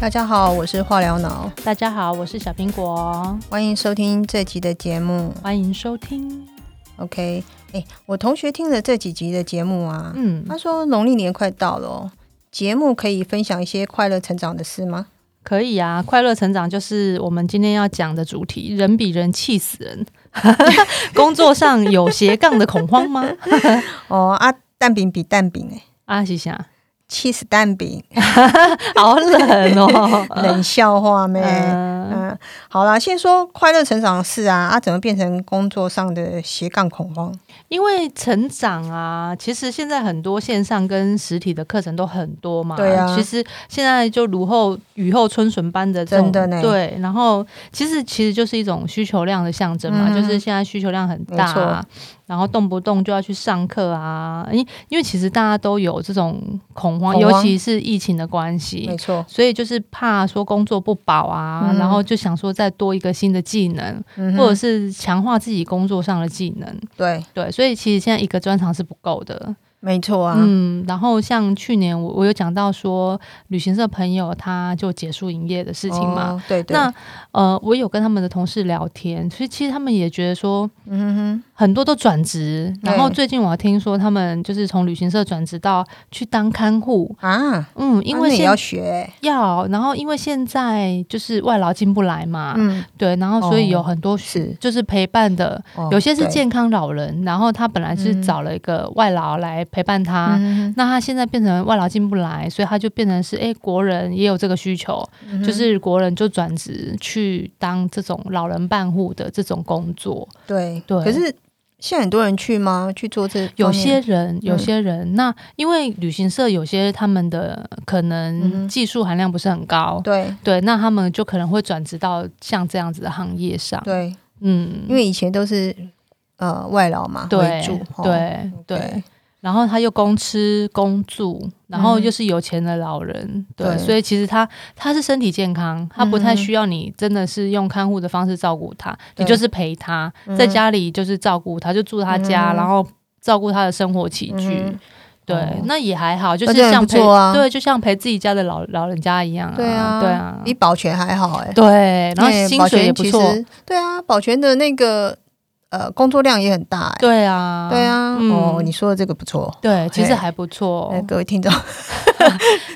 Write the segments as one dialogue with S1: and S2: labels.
S1: 大家好，我是化疗脑，
S2: 大家好，我是小苹果，
S1: 欢迎收听这集的节目。
S2: 欢迎收听。
S1: OK，哎、我同学听了这几集的节目啊，
S2: 嗯，
S1: 他说农历年快到了、哦，节目可以分享一些快乐成长的事吗？
S2: 可以啊，快乐成长就是我们今天要讲的主题，人比人气死人。 工作上有斜杠的恐慌吗？
S1: 哦啊，蛋饼比蛋饼哎、
S2: 阿西霞，
S1: 气死蛋饼，
S2: 好冷哦。
S1: 冷笑话咩？
S2: 嗯，
S1: 嗯，好啦，先说快乐成长的事啊，啊，怎么变成工作上的斜杠恐慌？
S2: 因为成长啊，其实现在很多线上跟实体的课程都很多嘛。
S1: 对啊
S2: 其实现在就如后雨后春笋般的这
S1: 真
S2: 种
S1: 的呢
S2: 对，然后其实其实就是一种需求量的象征嘛，
S1: 嗯
S2: 就是现在需求量很大、啊，然后动不动就要去上课啊，因因为其实大家都有这种恐慌，
S1: 恐慌
S2: 尤其是疫情的关系
S1: 没。错，
S2: 所以就是怕说工作不保啊，
S1: 嗯
S2: 然后就想说再多一个新的技能，
S1: 嗯哼
S2: 或者是嗯强化自己工作上的技能。
S1: 对，
S2: 对，所以其实现在一个专长是不够的。
S1: 没错啊，
S2: 嗯，然后像去年我我有讲到说，旅行社朋友他就结束营业的事情嘛。
S1: 哦，对对，
S2: 那呃，我有跟他们的同事聊天，所以其实他们也觉得说
S1: 嗯
S2: 很多都转职，然后
S1: 对
S2: 最近我还听说他们就是从旅行社转职到去当看护，
S1: 哼啊，
S2: 嗯，因
S1: 啊
S2: 为
S1: 那也
S2: 现
S1: 要学欸、
S2: 要，然后因为现在就是外劳进不来嘛，
S1: 嗯，
S2: 对，然后所以有
S1: 哦
S2: 很多
S1: 是
S2: 就是陪伴的，
S1: 哦
S2: 有些是
S1: 对
S2: 健康老人，然后他本来是
S1: 嗯
S2: 找了一个外劳来陪伴他，
S1: 嗯
S2: 那他现在变成外劳进不来，所以他就变成是诶，国人也有这个需求，
S1: 嗯
S2: 就是国人就转职去当这种老人伴护的这种工作。
S1: 对
S2: 对
S1: 可是现在很多人去吗？去做这
S2: 有
S1: 方面
S2: 些人，有些人，那因为旅行社有些他们的可
S1: 嗯哼
S2: 能技术含量不是很高。
S1: 对
S2: 对，那他们就可能会转职到像这样子的行业上。
S1: 对，
S2: 嗯，
S1: 因为以前都是呃外劳嘛为
S2: 对
S1: 主，吼
S2: 对对，然后他又公吃公住，然后又是有钱的老人，对，
S1: 嗯对嗯
S2: 所以其实他他是身体健康，他不太需要你真的是用看护的方式照顾他，
S1: 对
S2: 你就是陪他
S1: 嗯
S2: 在家里就是照顾他，就住他家，
S1: 嗯
S2: 然后照顾他的生活起居。
S1: 嗯
S2: 对，
S1: 哦
S2: 那也还好，就
S1: 那这样
S2: 是像
S1: 很不
S2: 陪、
S1: 错啊
S2: 对，就像陪自己家的老老人家一样啊，
S1: 对啊
S2: 对啊，
S1: 比保全还好哎、欸，
S2: 对，然后
S1: 因为
S2: 薪
S1: 保
S2: 水
S1: 全
S2: 也不
S1: 其
S2: 错，
S1: 实对啊，保全的那个呃工作量也很大哎、
S2: 对啊，
S1: 对啊，
S2: 嗯
S1: 哦，你说的这个不错，
S2: 对，其实
S1: 嘿
S2: 还不错
S1: 哎，。各位听众，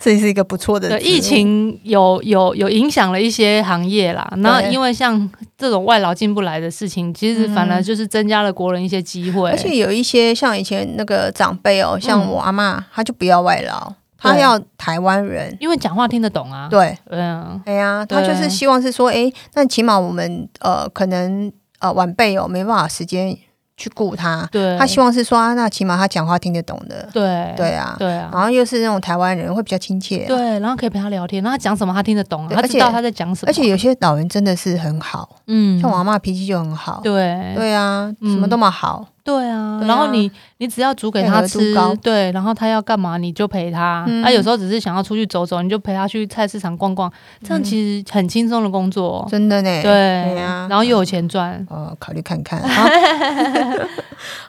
S1: 这是一个不错的
S2: 对，
S1: 职务
S2: 疫情有有有影响了一些行业啦。那因为像这种外劳进不来的事情，其实反而就是增加了国人一些机会。
S1: 嗯而且有一些像以前那个长辈哦，像
S2: 嗯
S1: 我阿妈，她就不要外劳，她
S2: 对
S1: 要台湾人。
S2: 因为讲话听得懂啊，，
S1: 对，
S2: 嗯，
S1: 哎呀，她
S2: 对
S1: 就是希望是说，哎，那起码我们呃，可能呃晚辈哦没办法时间去顾他，
S2: 对，
S1: 她希望是说，啊，那起码他讲话听得懂的，
S2: 对
S1: 对啊，
S2: 对啊，
S1: 然后又是那种台湾人会比较亲切，
S2: 对，，然后可以陪他聊天，然后他讲什么他听得懂啊，
S1: 对
S2: 他
S1: 而
S2: 知
S1: 且
S2: 道他在讲什么，
S1: 而且有些老人真的是很好，
S2: 嗯，
S1: 像我阿妈脾气就很好，
S2: 对
S1: 对啊，什么
S2: 嗯
S1: 都嘛好，
S2: 对啊，
S1: 对啊
S2: 然后你你只要煮给
S1: 配
S2: 他
S1: 合度
S2: 吃
S1: 高，
S2: 对，然后他要干嘛你就陪他。他、
S1: 嗯
S2: 有时候只是想要出去走走，你就陪他去菜市场逛逛，
S1: 嗯
S2: 这样其实很轻松的工作。哦
S1: 真的呢，
S2: 对，
S1: 呀
S2: 然后又有钱赚，
S1: 呃，考虑看看。啊、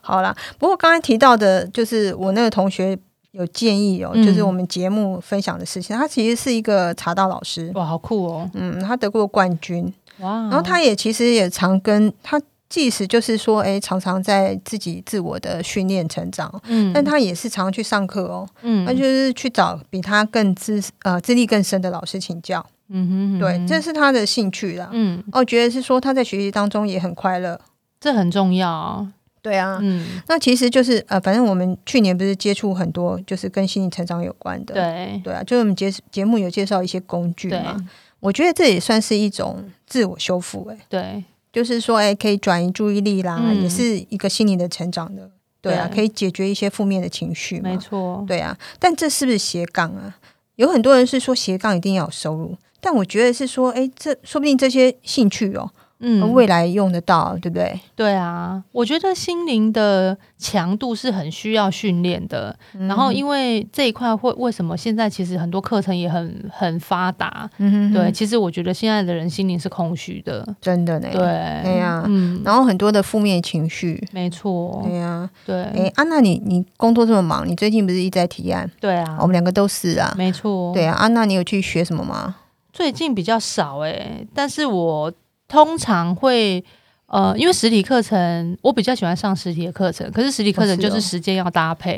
S1: 好 啦，不过刚才提到的，就是我那个同学有建议哦，
S2: 嗯
S1: 就是我们节目分享的事情。他其实是一个茶道老师，
S2: 哇，好酷哦，
S1: 嗯，他得过冠军，
S2: 哇！哦
S1: 然后他也其实也常跟他，即使就是说，哎，常常在自己自我的训练成长。
S2: 嗯，
S1: 但他也是常去上课哦，
S2: 嗯，
S1: 他就是去找比他更资呃资历更深的老师请教，
S2: 嗯哼嗯
S1: 对，
S2: 哼
S1: 这是他的兴趣啦。
S2: 嗯，
S1: 哦，觉得是说他在学习当中也很快乐，
S2: 这很重要，
S1: 对啊，
S2: 嗯，
S1: 那其实就是呃，反正我们去年不是接触很多，就是跟心理成长有关的。
S2: 对
S1: 对啊，就是我们节节目有介绍一些工具
S2: 对
S1: 嘛。我觉得这也算是一种自我修复，哎，
S2: 对，
S1: 就是说，哎，可以转移注意力啦，
S2: 嗯
S1: 也是一个心理的成长的。对啊，
S2: 对
S1: 可以解决一些负面的情绪
S2: 没
S1: 嘛。
S2: 错，
S1: 对啊，但这是不是斜杠啊？有很多人是说斜杠一定要有收入，但我觉得是说，哎，这说不定这些兴趣哦，
S2: 嗯，
S1: 未来用得到，对不对？
S2: 对啊，我觉得心灵的强度是很需要训练的。
S1: 嗯
S2: 然后，因为这一块会为什么现在其实很多课程也很很发达？
S1: 嗯哼哼
S2: 对，，其实我觉得现在的人心灵是空虚的。
S1: 真的呢。
S2: 对，
S1: 哎呀
S2: 嗯，
S1: 然后很多的负面情绪。
S2: 没错，
S1: 对呀、啊，
S2: 对
S1: 哎，安娜，你你工作这么忙，你最近不是一直在提案？
S2: 对啊
S1: 我，们两个都是啊。
S2: 没错，
S1: 对啊，安娜，你有去学什么吗？
S2: 最近比较少诶、但是我通常会呃，因为实体课程我比较喜欢上实体的课程，可是实体课
S1: 哦
S2: 程
S1: 是
S2: 就是
S1: 哦
S2: 时间要搭配。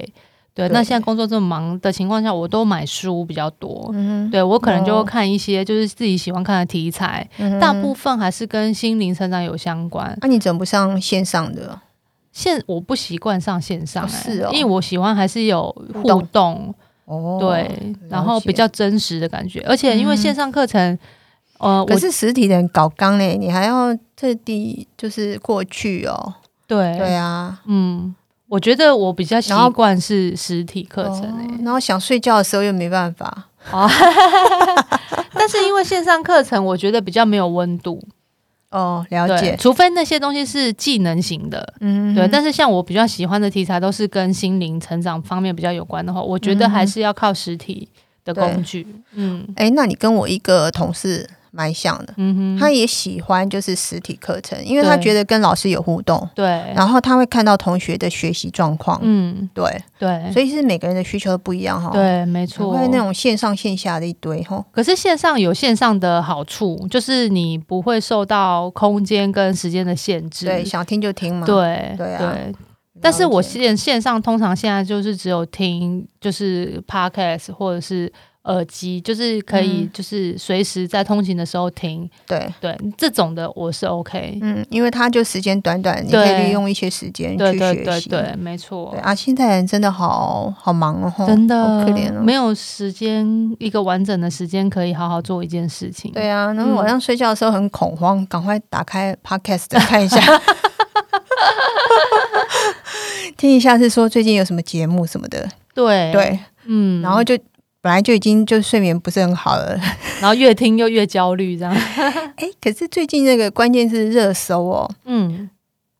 S2: 对，
S1: 对
S2: 那现在工作这么忙的情况下，我都买书比较多。
S1: 嗯哼，
S2: 对我可能就
S1: 哦
S2: 会看一些就是自己喜欢看的题材，
S1: 嗯哼啊
S2: 大部分还是跟心灵成长有相关。
S1: 那、你怎么不上线上的？
S2: 现我不习惯上线上、
S1: 哦
S2: 欸
S1: 是哦
S2: 因为我喜欢还是有
S1: 互
S2: 互
S1: 动
S2: 动，
S1: 哦，
S2: 对，然后
S1: 了解嗯
S2: 比较真实的感觉，而且因为线上课程，呃，
S1: 可
S2: 我
S1: 是实体的人搞纲嘞，你还要特地就是过去哦。
S2: 对
S1: 对啊，
S2: 嗯，我觉得我比较习
S1: 然后
S2: 惯是实体课程欸诶、
S1: 哦 然后想睡觉的时候又没办法。
S2: 但是因为线上课程，我觉得比较没有温度，
S1: 哦，了
S2: 对，
S1: 解。
S2: 除非那些东西是技能型的。
S1: 嗯
S2: 对，但
S1: 是
S2: 是像我比较喜欢的题材都是跟心灵成长方面比较有关的话，我觉得
S1: 嗯
S2: 还是要靠实体的工具。嗯
S1: 哎，那你跟我一个同事蛮像的，
S2: 嗯
S1: 他
S2: 哼，
S1: 也喜欢就是实体课程，因为他
S2: 对
S1: 觉得跟老师有互动，
S2: 对，
S1: 然后他会看到同学的学习状况。
S2: 嗯，
S1: 对，
S2: 对，
S1: 所以是每个人的需求都不一样哈。，
S2: 对，没
S1: 除
S2: 错
S1: 非。那种线上线下的一堆哈。
S2: 可是线上有线上的好处，就是你不会受到空间跟时间的限制。
S1: 对，想听就听嘛。
S2: 对
S1: 对啊
S2: 对但是我
S1: 了解
S2: 线线上通常现在就是只有听，就是 podcast 或者是耳机，就是可以
S1: 嗯
S2: 就是随时在通勤的时候听。
S1: 对。
S2: 对这种的我是 OK。
S1: 嗯，因为他就时间短短，你可以
S2: 对
S1: 利用一些时间
S2: 对
S1: 去
S2: 对
S1: 学
S2: 对
S1: 习。
S2: 对，没错
S1: 对。啊，现在人真的好好忙哦，吼
S2: 真的
S1: 好可怜哦。
S2: 没有时间，一个完整的时间可以好好做一件事情。
S1: 对啊，然后晚上睡觉的时候很恐慌，赶快打开 podcast 看一 下，听一下是说最近有什么节目什么的。
S2: 对，
S1: 对，
S2: 嗯，
S1: 然后就本来就已经就睡眠不是很好 了，
S2: 然后越听又越焦虑，这 样。
S1: 哎，可是最近那个关键是热搜哦，
S2: 嗯，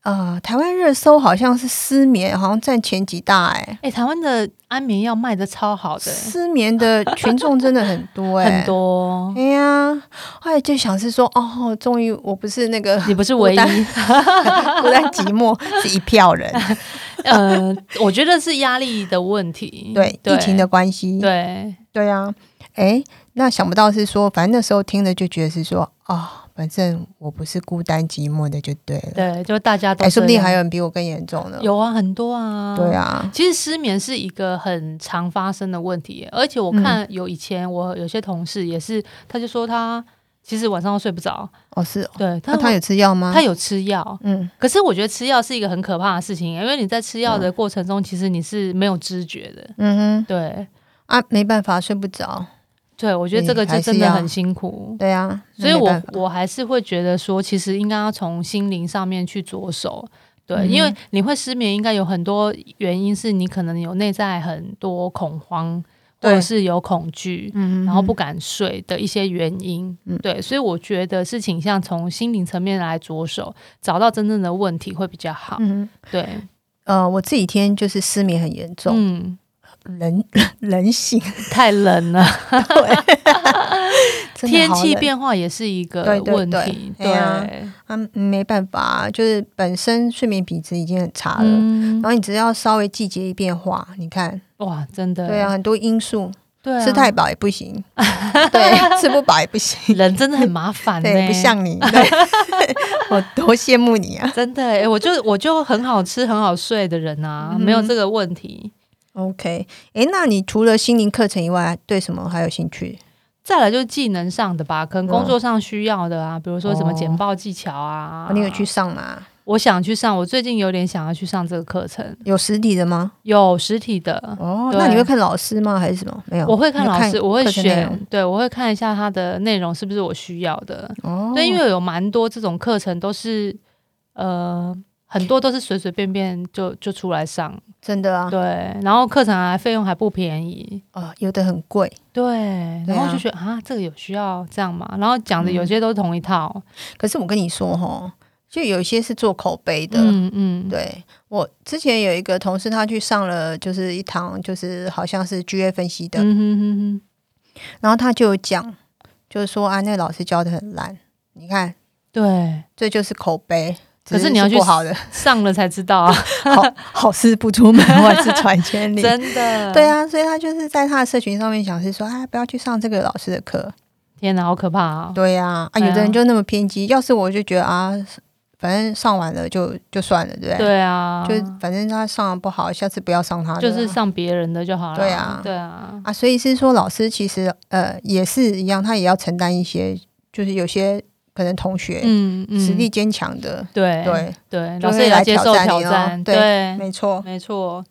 S1: 呃，台湾热搜好像是失眠，好像占前几大哎、
S2: 哎、台湾的安眠药卖的超好的、
S1: 失眠的群众真的很多哎、
S2: 很。多，
S1: 哎呀，后来就想是说，哦，终于我不是那个
S2: 你不是唯一。
S1: 孤孤单寂 寞是一票人，
S2: 嗯、我觉得是压力的问题，
S1: 对疫情的，关系，
S2: 对
S1: 对啊，哎，那想不到是说，反正那时候听了就觉得是说，啊、反正我不是孤单寂寞的就对了，
S2: 对，啊就大家都
S1: 哎，说不
S2: 这
S1: 定
S2: 样
S1: 还有人比我更严重呢，，
S2: 有啊，很多啊，
S1: 对。啊，
S2: 其实失眠是一个很常发生的问题耶，而且我
S1: 嗯
S2: 看有以前我有些同事也是，他就说他其实晚上都睡不着，
S1: 哦是哦，
S2: 对
S1: 那
S2: 他
S1: 他有吃药吗？
S2: 他有吃药，
S1: 嗯，
S2: 可是我觉得吃药是一个很可怕的事情，因为你在吃药的过程中，其实你是没有知觉的。
S1: 嗯哼，
S2: 对，
S1: 啊，没办法，睡不着，
S2: 对，我觉得这个
S1: 你还
S2: 就是真的
S1: 要
S2: 很辛苦。
S1: 对啊，那
S2: 所以
S1: 没
S2: 我
S1: 办法
S2: 我还是会觉得说，其实应该要从心灵上面去着手。对，
S1: 嗯
S2: 因为你会失眠，应该有很多原因是你可能有内在很多恐慌，或
S1: 对
S2: 者是有恐惧，
S1: 嗯
S2: 然后不，敢睡的一些原因。
S1: 嗯
S2: 对，所以我觉得是倾向从心灵层面来着手，找到真正的问题会比较好。
S1: 嗯哼，
S2: 对，
S1: 呃，我这几天就是失眠很严重，
S2: 嗯，
S1: 人 人性，
S2: 太冷了，
S1: 真的
S2: 天
S1: 好
S2: 气
S1: 冷
S2: 变化也是一个
S1: 对对
S2: 问
S1: 对
S2: 题。
S1: 哎呀啊，没办法，就是本身睡眠品质已经很差了，
S2: 嗯
S1: 然，后你只要稍微季节一变化，你看，
S2: 哇，真的，
S1: 对啊，，很多因素，
S2: 对啊，
S1: 吃太饱也不 行，对，吃不饱也不 行，
S2: 人真的很麻烦、欸，
S1: 对，不像你，对 我多羡慕你啊。
S2: 真的、欸，我就我就很好吃、很好睡的人
S1: 嗯
S2: 啊，没有这个问题。
S1: OK，哎，那你除了心灵课程以外，对什么还有兴趣？
S2: 再来就是技能上的吧，可能
S1: 嗯
S2: 工作上需要的啊，比如说什么
S1: 哦
S2: 简报技巧啊。
S1: 你有去？上吗？
S2: 我想去上，我最近有点想要去上这个课程，
S1: 有实体的吗？
S2: 有实体的。
S1: 哦，
S2: 对
S1: 那你会看老师吗？还是什么？没有，
S2: 我会看
S1: 你
S2: 老师，我会
S1: 课程内容
S2: 选，对我会看一下它的内容是不是我需要的。
S1: 哦，
S2: 对，因为有蛮多这种课程都是，呃，很多都是随随便便就就出来上，
S1: 真的啊，
S2: 对，然后课程还费用还不便宜，
S1: 啊，有的很贵，
S2: 对，
S1: 对
S2: 然后
S1: 啊嗯
S2: 就觉得啊，这个有需要这样嘛，然后讲的有些都是同一套，
S1: 可是我跟你说哈，就有一些是做口碑的。
S2: 嗯嗯，
S1: 对我之前有一个同事，他去上了就是一堂，就是好像是 GA 分析的，
S2: 嗯哼哼哼，
S1: 然后他就有讲，就是说啊，那个老师教的很烂，你看
S2: 对，
S1: 这就是口碑。
S2: 可
S1: 只
S2: 是
S1: 是
S2: 你要去
S1: 不好的，
S2: 上了才知道 啊，
S1: 好 好事不出门，坏事传千里。啊
S2: 真的，
S1: 对，啊，所以他就是在他的社群上面想是说，哎，不要去上这个老师的课。
S2: 天哪，好可怕啊！
S1: 对呀、啊，
S2: 哎呀
S1: 有的人就那么偏激，要是我就觉得啊，反正上完了就就算了，对不对？
S2: 对啊，
S1: 就反正他上的不好，下次不要上他的啊。
S2: 就是上别人的就好了。
S1: 对啊
S2: 对啊，
S1: 啊，所以是说老师其实呃也是一样，他也要承担一些，就是有些可能同学、
S2: 嗯嗯，
S1: 实力坚强的，
S2: 对
S1: 对，
S2: 对，
S1: 就
S2: 老
S1: 会
S2: 师也
S1: 来
S2: 接
S1: 挑
S2: 受
S1: 战
S2: 挑
S1: 你哦
S2: 战，
S1: 对
S2: 对，
S1: 没错。
S2: 没错。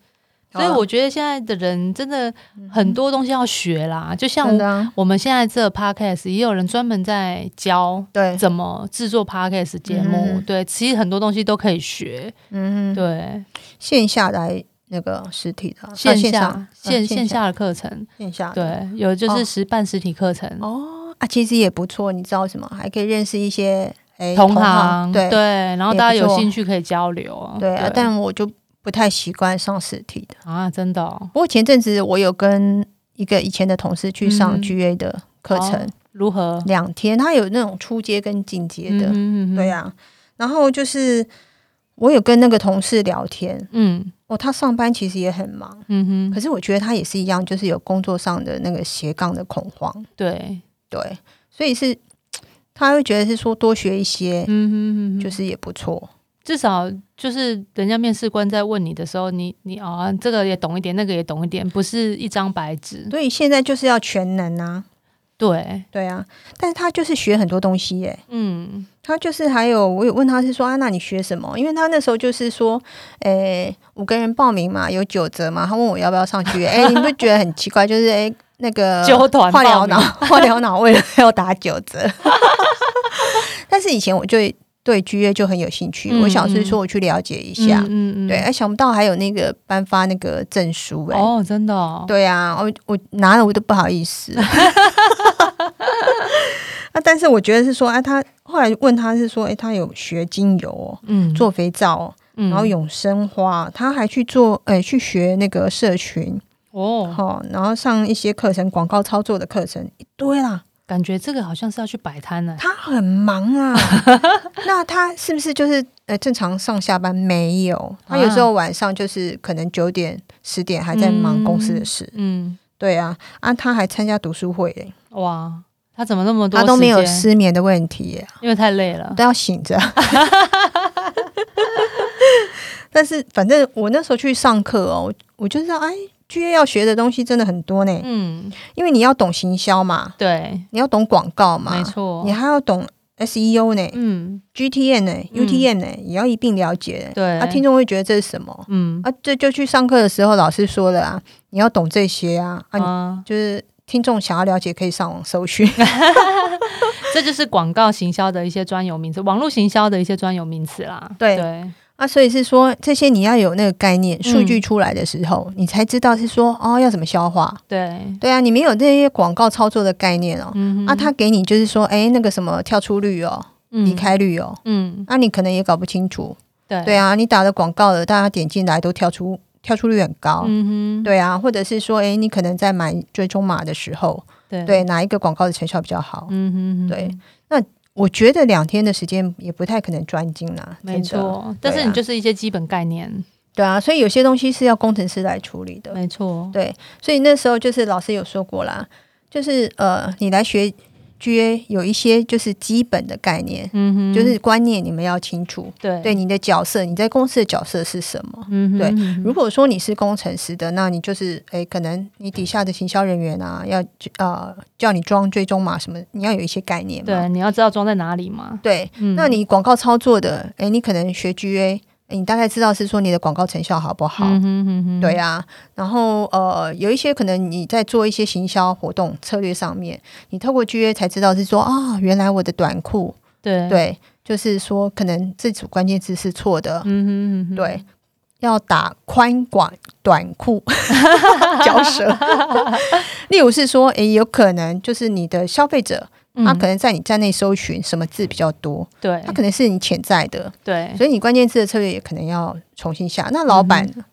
S1: 好
S2: 所以
S1: 啊嗯
S2: 我觉得现在的人真的很多东西要学啦，就像
S1: 真的啊
S2: 我们现在这 podcast 也有人专门在教
S1: 对，
S2: 怎么制作 podcast 节目，
S1: 嗯
S2: 对，其实很多东西都可以学，
S1: 嗯，对，
S2: 对，
S1: 线下来那个实体的啊
S2: 线
S1: 上
S2: 下线
S1: 嗯
S2: 线
S1: 线
S2: 下的课程，
S1: 线下的
S2: 对，有就是
S1: 哦
S2: 实办实体课程，
S1: 哦啊，其实也不错，你知道什么？还可以认识一些哎
S2: 同
S1: 行，
S2: 行，
S1: 对
S2: 然后
S1: 也
S2: 大家
S1: 不
S2: 有
S1: 错
S2: 兴趣可以交流，
S1: 对啊，但我就不太习惯上实体的。
S2: 啊，真的哦
S1: 不过前阵子我有跟一个以前的同事去上
S2: 嗯
S1: GA 的课程，
S2: 哦如何？
S1: 两天，他有那种初阶跟进阶的，
S2: 嗯
S1: 对
S2: 呀，
S1: 啊。然后就是我有跟那个同事聊天，
S2: 嗯
S1: 哦，他上班其实也很忙，
S2: 嗯
S1: 可
S2: 哼，
S1: 是我觉得他也是一样，就是有工作上的那个斜杠的恐慌，
S2: 嗯对，
S1: 对，啊所以是他会觉得是说多学一些，
S2: 嗯哼嗯哼，
S1: 就是也不错，
S2: 至少就是人家面试官在问你的时候，你你啊，这个也懂一点，那个也懂一点，不是一张白纸。
S1: 所以现在就是要全能啊，
S2: 对，
S1: 对啊，但是他就是学很多东西耶、
S2: 嗯，
S1: 他就是还有我有问他是说啊，那你学什么？因为他那时候就是说，诶、五个人报名嘛，有九折嘛，他问我要不要上去，诶、你不觉得很奇怪？就是诶、那个
S2: 纠团
S1: 化疗
S2: 报名
S1: 脑，化疗脑为了要打九折， 但是以前我对对剧业就很有兴趣，
S2: 嗯
S1: 我想是说我去了解一下，
S2: 嗯嗯嗯，
S1: 对，哎、想不到还有那个颁发那个证书、诶。
S2: 哦，真的哦，
S1: 对啊，我我拿了我都不好意思。 啊，但是我觉得是说，哎、他后来问他是说，哎、他有学精油哦，
S2: 嗯，
S1: 做肥皂哦，
S2: 嗯，
S1: 然后永生花，他还去做，哎、去学那个社群，
S2: 哦，
S1: 哦，然后上一些课程，广告操作的课程一堆啦。
S2: 感觉这个好像是要去摆摊呢。
S1: 他很忙 啊，那他是不是就是呃正常上下班没有？他有时候晚上就是可能九点十点还在忙公司的事。
S2: 嗯，
S1: 对啊，啊，他还参加读书会嘞，
S2: 哇，他怎么那么多？
S1: 他都没有，失眠的问题耶，
S2: 因为太累了。
S1: 都要醒 着。但是反正我那时候去上课哦，我我就知道，哎，G A 要学的东西真的很多呢，
S2: 嗯，
S1: 因为你要懂行销嘛，
S2: 对，
S1: 你要懂广告嘛，
S2: 没，错
S1: 你。还要懂 S E O 呢、
S2: 嗯，
S1: G T N 呢、U T N 呢，也要一并了解。
S2: 对。
S1: 啊，听众会觉得这是什么？
S2: 嗯
S1: 啊，这就去上课的时候，老师说了啊，你要懂这些啊，啊，
S2: 啊，
S1: 就是听众想要了解，可以上网搜寻。
S2: 这就是广告行销的一些专有名词，网络行销的一些专有名词啦。
S1: 对
S2: 对，
S1: 啊，所以是说这些你要有那个概念，数据
S2: 嗯
S1: 出来的时候，你才知道是说哦要怎么消化。
S2: 对，
S1: 对啊，你没有这些广告操作的概念哦。
S2: 嗯
S1: 啊，他给你就是说，哎，那个什么跳出率哦，离
S2: 离，
S1: 开率哦，
S2: 嗯，
S1: 那、啊、你可能也搞不清楚。
S2: 对，
S1: 对啊，你打的广告了，大家点进来都跳出，跳出率很高。
S2: 嗯哼，
S1: 对啊，或者是说，哎，你可能在买追踪码的时候，
S2: 对
S1: 对哪一个广告的成效比较好？
S2: 嗯哼哼，
S1: 对我觉得两天的时间也不太可能钻进啦，
S2: 没
S1: 真的。啊
S2: 错。但是你就是一些基本概念，
S1: 对啊，所以有些东西是要工程师来处理的。
S2: 没错，
S1: 对，所以那时候就是老师有说过啦，就是呃，你来学 GA 有一些就是基本的概念，
S2: 嗯哼，
S1: 就是观念你们要清楚。
S2: 对
S1: 对，你的角色，你在公司的角色是什么？
S2: 嗯哼，
S1: 对
S2: 嗯哼
S1: 如果说你是工程师的，那你就是诶，可能你底下的行销人员啊，要呃叫你装追踪码什么，你要有一些概念嘛。
S2: 对，你要知道装在哪里嘛，
S1: 对，
S2: 嗯
S1: 那你广告操作的，诶，你可能学 GA，诶你大概知道是说你的广告成效好不好？
S2: 嗯哼哼哼，
S1: 对啊，然后呃，有一些可能你在做一些行销活动策略上面，你透过 GA 才知道是说啊、原来我的短裤，
S2: 对，
S1: 对，就是说可能这组关键字是错的，
S2: 嗯哼嗯哼，
S1: 啊对，要打宽广短 裤，嚼舌。例如是说，诶，有可能就是你的消费者，
S2: 嗯，
S1: 啊他可能在你站内搜寻什么字比较多，
S2: 对
S1: 他可能是你潜在的，
S2: 对，嗯
S1: 所以你关键字的策略也可能要重新下。那老板，呢？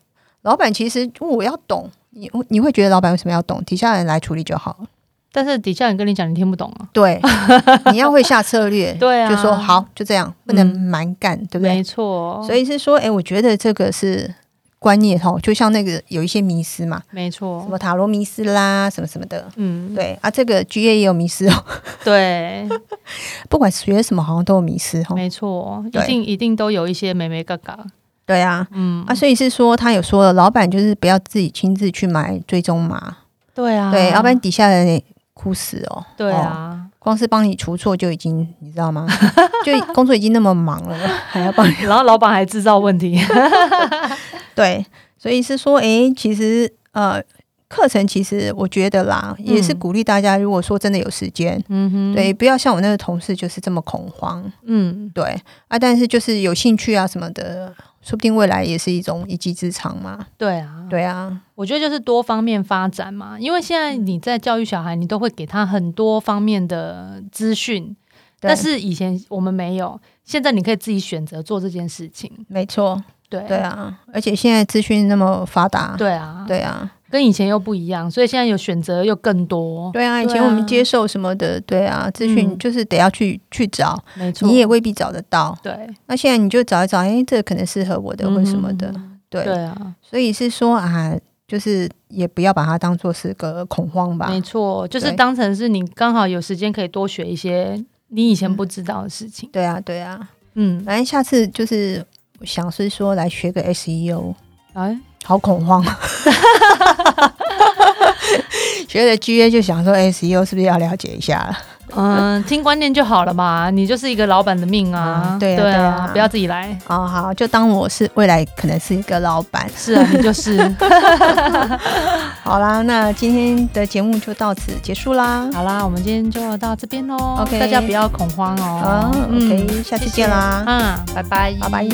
S1: 老板其实我要懂，你你会觉得老板为什么要懂？底下人来处理就好了。
S2: 但是底下人跟你讲，你听不懂啊，
S1: 对，你要会下策略，
S2: 对啊
S1: 就说好就这样，不能
S2: 嗯
S1: 蛮干，对不
S2: 没
S1: 对？
S2: 错，
S1: 所以是说，哎，我觉得这个是观念哈，就像那个有一些迷思嘛，
S2: 没错
S1: 什，么塔罗迷思啦，什么什么的。
S2: 哦嗯，
S1: 对啊，这个 G A 也有迷失哦，
S2: 对，
S1: 不管学什么好像都有迷失哦。
S2: 没错，一
S1: 对
S2: 定一定都有一些美眉嘎嘎，
S1: 对啊，
S2: 嗯
S1: 啊，所以是说他有说了，老板就是不要自己亲自去买追踪码，
S2: 对啊，
S1: 对，要不然底下人也哭死哦。
S2: 对
S1: 哦
S2: 啊，
S1: 光是帮你除错就已经，你知道 吗？就工作已经那么忙了，还要帮你。
S2: 然后老板还制造问 题，
S1: 对，所以是说，诶，其实呃，课程其实我觉得啦，也是鼓励大家，如果说真的有时间，
S2: 嗯哼，
S1: 对，不要像我那个同事就是这么恐慌，
S2: 嗯，
S1: 对啊，但是就是有兴趣啊什么的，说不定未来也是一种一技之长嘛。
S2: 对啊，
S1: 对啊，
S2: 我觉得就是多方面发展嘛，因为现在你在教育小孩，你都会给他很多方面的资讯，
S1: 对
S2: 但是以前我们没有，现在你可以自己选择做这件事情。
S1: 没错，
S2: 对
S1: 对啊，而且现在资讯那么发达，
S2: 对啊，
S1: 对啊，
S2: 跟以前又不一样，所以现在有选择又更多。
S1: 对啊，以前我们接受什么的，对啊，资讯就是得要去去找，
S2: 嗯没错，
S1: 你也未必找得到。
S2: 对
S1: 那现在你就找一找，哎，这个可能适合我的，或者什么的，
S2: 嗯对
S1: 对。
S2: 啊，
S1: 所以是说啊，就是也不要把它当做是个恐慌吧
S2: 没。错，就是
S1: 对
S2: 当成是你刚好有时间可以多学一些你以前
S1: 嗯
S2: 不知道的事情。
S1: 对啊，对啊，
S2: 嗯，
S1: 反正下次就是我想是说来学个 SEO，
S2: 哎，
S1: 好恐慌。学了 GA 就想说 SEO 是不是要了解一下了？
S2: 嗯，听观念就好了嘛，你就是一个老板的命啊，
S1: 嗯对啊
S2: 对
S1: 对啊
S2: 不要自己来。
S1: 哦，好，就当我是未来可能是一个老板。
S2: 是啊，你就是。
S1: 好啦，那今天的节目就到此结束啦。
S2: 好啦，我们今天就到这边喽
S1: OK
S2: 大家不要恐慌哦。
S1: 好，OK，下次见啦
S2: 嗯，拜拜，
S1: 拜拜。